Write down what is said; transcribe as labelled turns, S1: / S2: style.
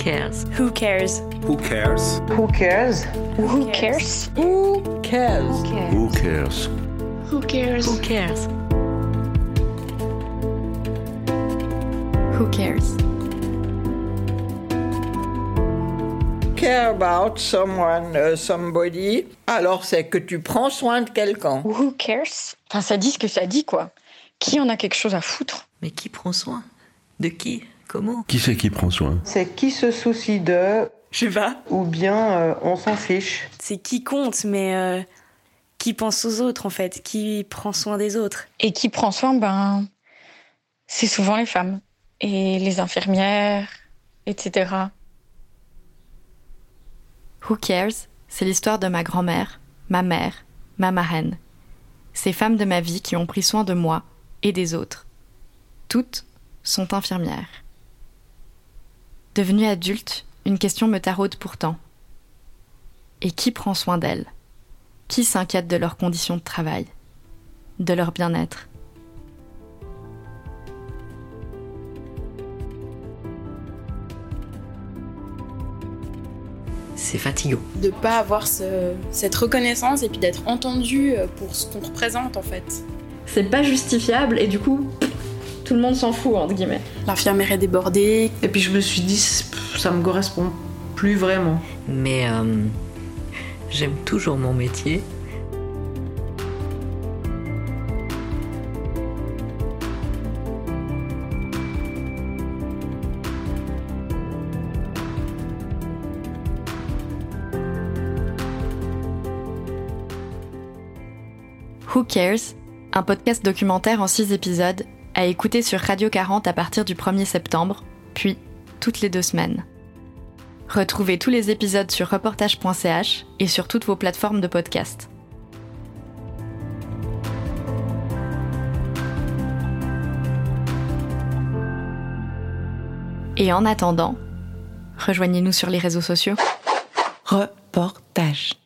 S1: Who cares?
S2: Who cares?
S3: Who cares?
S4: Who cares?
S5: Who
S2: Who
S5: cares?
S2: cares?
S4: Who cares?
S6: Who cares?
S1: Who cares?
S5: Care about someone, euh, somebody. Alors c'est que tu prends soin de quelqu'un.
S4: Who cares Enfin, ça dit ce que ça dit, quoi. Qui en a quelque chose à foutre
S6: Mais qui prend soin De qui Comment
S2: Qui c'est qui prend soin
S3: C'est qui se soucie de
S6: Je vais.
S3: ou bien euh, on s'en fiche.
S1: C'est qui compte, mais euh, qui pense aux autres en fait, qui prend soin des autres.
S4: Et qui prend soin, ben, c'est souvent les femmes et les infirmières, etc.
S7: Who Cares, c'est l'histoire de ma grand-mère, ma mère, ma marraine. Ces femmes de ma vie qui ont pris soin de moi et des autres. Toutes sont infirmières. Devenue adulte, une question me taraude pourtant. Et qui prend soin d'elles Qui s'inquiète de leurs conditions de travail De leur bien-être
S6: C'est fatigant.
S8: de pas avoir ce- cette reconnaissance et puis d'être entendu euh, pour ce qu'on représente en fait.
S4: C'est pas justifiable et du coup, tout le monde s'en fout, entre guillemets.
S8: L'infirmière est débordée.
S9: Et puis je me suis dit, pff, ça me correspond plus vraiment.
S6: Mais euh, j'aime toujours mon métier.
S7: Who Cares, un podcast documentaire en 6 épisodes, à écouter sur Radio 40 à partir du 1er septembre, puis toutes les deux semaines. Retrouvez tous les épisodes sur reportage.ch et sur toutes vos plateformes de podcast. Et en attendant, rejoignez-nous sur les réseaux sociaux.
S5: Reportage.